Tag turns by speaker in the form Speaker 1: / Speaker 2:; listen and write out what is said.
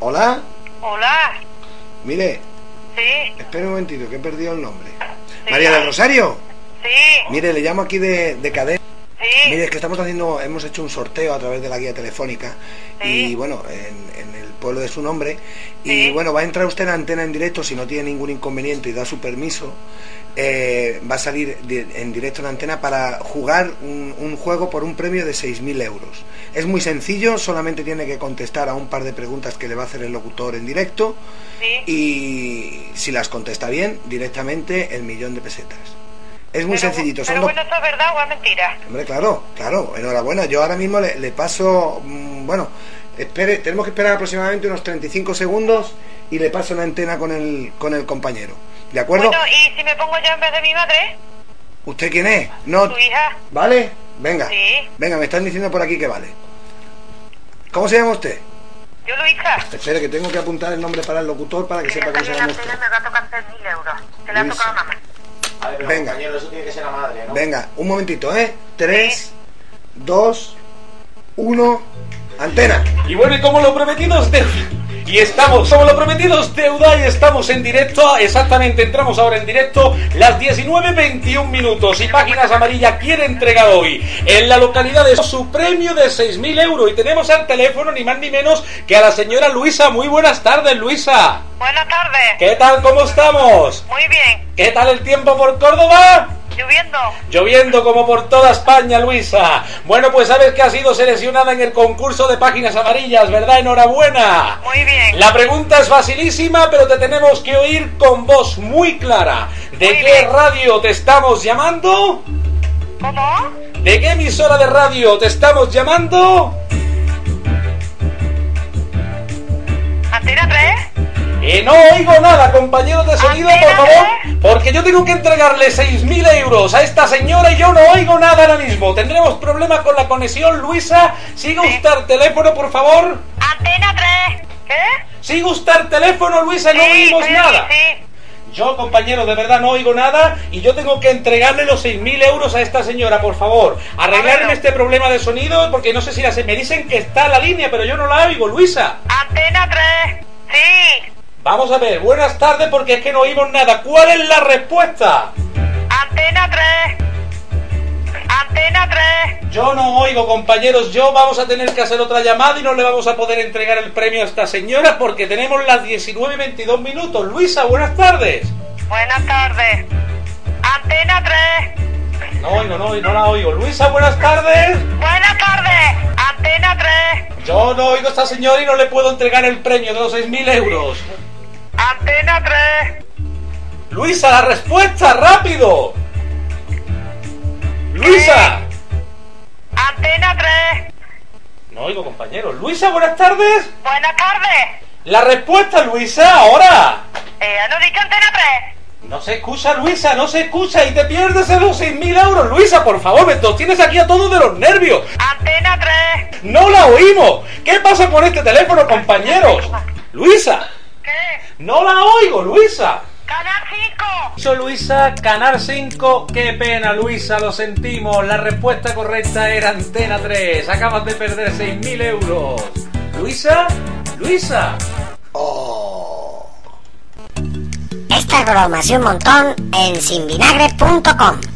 Speaker 1: Hola.
Speaker 2: Hola.
Speaker 1: Mire,
Speaker 2: Sí.
Speaker 1: espere un momentito, que he perdido el nombre.
Speaker 2: Sí.
Speaker 1: María del Rosario.
Speaker 2: Sí.
Speaker 1: Mire, le llamo aquí de, de cadena.
Speaker 2: Sí.
Speaker 1: Mire, es que estamos haciendo, hemos hecho un sorteo a través de la guía telefónica
Speaker 2: Sí.
Speaker 1: y bueno, en, en el pueblo de su nombre. Y
Speaker 2: Sí.
Speaker 1: bueno, va a entrar usted en antena en directo si no tiene ningún inconveniente y da su permiso. eh, va a salir di- en directo en antena para jugar un, un juego por un premio de 6.000 euros. Es muy sencillo, solamente tiene que contestar a un par de preguntas que le va a hacer el locutor en directo
Speaker 2: sí.
Speaker 1: y si las contesta bien, directamente el millón de pesetas. Es muy
Speaker 2: Pero-
Speaker 1: sencillito. son
Speaker 2: Pero
Speaker 1: dos-
Speaker 2: bueno, ¿esto es verdad o es mentira?
Speaker 1: Hombre, claro, claro, enhorabuena. Yo ahora mismo le, le paso, mm, bueno, espere, tenemos que esperar aproximadamente unos 35 segundos y le paso la antena con el, con el compañero. ¿De acuerdo?
Speaker 2: Bueno, ¿y si me pongo yo en vez de mi madre?
Speaker 1: ¿Usted quién es? No,
Speaker 2: ¿Tu hija?
Speaker 1: ¿Vale? Venga,
Speaker 2: Sí.
Speaker 1: venga, me están diciendo por aquí que vale. ¿Cómo se llama usted?
Speaker 2: Yo, Luisa.
Speaker 1: Espere, que tengo que apuntar el nombre para el locutor para que sepa cómo se llama usted.
Speaker 2: me va a tocar 3.000 euros. Que
Speaker 1: le ha Luisa. tocado a
Speaker 2: mamá.
Speaker 3: A ver, pero
Speaker 1: Venga.
Speaker 3: compañero, eso tiene que ser la madre, ¿no?
Speaker 1: Venga, un momentito, ¿eh? 3, 2, 1, antena.
Speaker 4: Y bueno, y como lo prometido es deuda. Y estamos, somos los prometidos deuda y estamos en directo, exactamente entramos ahora en directo las 19.21 minutos y Páginas Amarillas quiere entregar hoy en la localidad de su premio de 6.000 euros y tenemos al teléfono ni más ni menos que a la señora Luisa, muy buenas tardes Luisa,
Speaker 2: Buenas tardes.
Speaker 4: ¿qué tal, cómo estamos?
Speaker 2: Muy bien.
Speaker 4: ¿Qué tal el tiempo por Córdoba?
Speaker 2: Lloviendo.
Speaker 4: Lloviendo como por toda España, Luisa. Bueno, pues sabes que ha sido seleccionada en el concurso de páginas amarillas, ¿verdad? Enhorabuena.
Speaker 2: Muy bien.
Speaker 4: La pregunta es facilísima, pero te tenemos que oír con voz muy clara. ¿De
Speaker 2: Muy
Speaker 4: qué
Speaker 2: bien.
Speaker 4: radio te estamos llamando?
Speaker 2: ¿Cómo?
Speaker 4: ¿De qué emisora de radio te estamos llamando?
Speaker 2: ¿Antena 3?
Speaker 4: Eh, no oigo nada, compañeros de sonido, por
Speaker 2: Antena
Speaker 4: favor, porque yo tengo que entregarle 6.000 euros a esta señora y yo no oigo nada ahora mismo. Tendremos problemas con la conexión, Luisa. Siga
Speaker 2: Sí.
Speaker 4: usted el teléfono, por favor.
Speaker 2: ¡Antena 3! ¿Qué?
Speaker 4: Siga usted el teléfono, Luisa, no oímos
Speaker 2: estoy aquí,
Speaker 4: nada.
Speaker 2: sí.
Speaker 4: Yo, compañero, de verdad no oigo nada y yo tengo que entregarle los 6.000 euros a esta señora, por favor.
Speaker 2: Bueno.
Speaker 4: Arreglarme este problema de sonido porque no sé si la se... me dicen que está la línea, pero yo no la oigo, Luisa.
Speaker 2: ¡Antena 3! ¡Sí!
Speaker 4: Vamos a ver, buenas tardes porque es que no oímos nada. ¿Cuál es la respuesta?
Speaker 2: ¡Antena 3! ¡Antena 3!
Speaker 4: Yo no oigo, compañeros. Yo vamos a tener que hacer otra llamada y no le vamos a poder entregar el premio a esta señora porque tenemos las 19 y 22 minutos. Luisa, buenas tardes.
Speaker 2: Buenas tardes. ¡Antena 3!
Speaker 4: No oigo, no, oigo, no la oigo. Luisa, buenas tardes.
Speaker 2: Buenas tardes. ¡Antena 3!
Speaker 4: Yo no oigo a esta señora y no le puedo entregar el premio de los 6.000 euros.
Speaker 2: ¡Antena 3!
Speaker 4: Luisa, la respuesta, rápido. Luisa.
Speaker 2: ¡Antena 3!
Speaker 4: No oigo, compañeros. Luisa, buenas tardes.
Speaker 2: Buenas tardes.
Speaker 4: La respuesta, Luisa, ahora.
Speaker 2: Eh, ¿No dicho Antena 3?
Speaker 4: No se escucha, Luisa, no se escucha y te pierdes esos 6.000 euros. Luisa, por favor, me los tienes aquí a todos de los nervios.
Speaker 2: ¡Antena 3!
Speaker 4: No la oímos. ¿Qué pasa con este teléfono, compañeros? Luisa,
Speaker 2: ¿Qué?
Speaker 4: no la oigo, Luisa.
Speaker 2: ¡Canal 5!
Speaker 4: Yo, Luisa, Canal 5. Qué pena, Luisa, lo sentimos. La respuesta correcta era Antena 3. Acabas de perder 6.000 euros. Luisa, Luisa.
Speaker 1: Oh.
Speaker 5: Estas bromas y un montón en sinvinagre.com.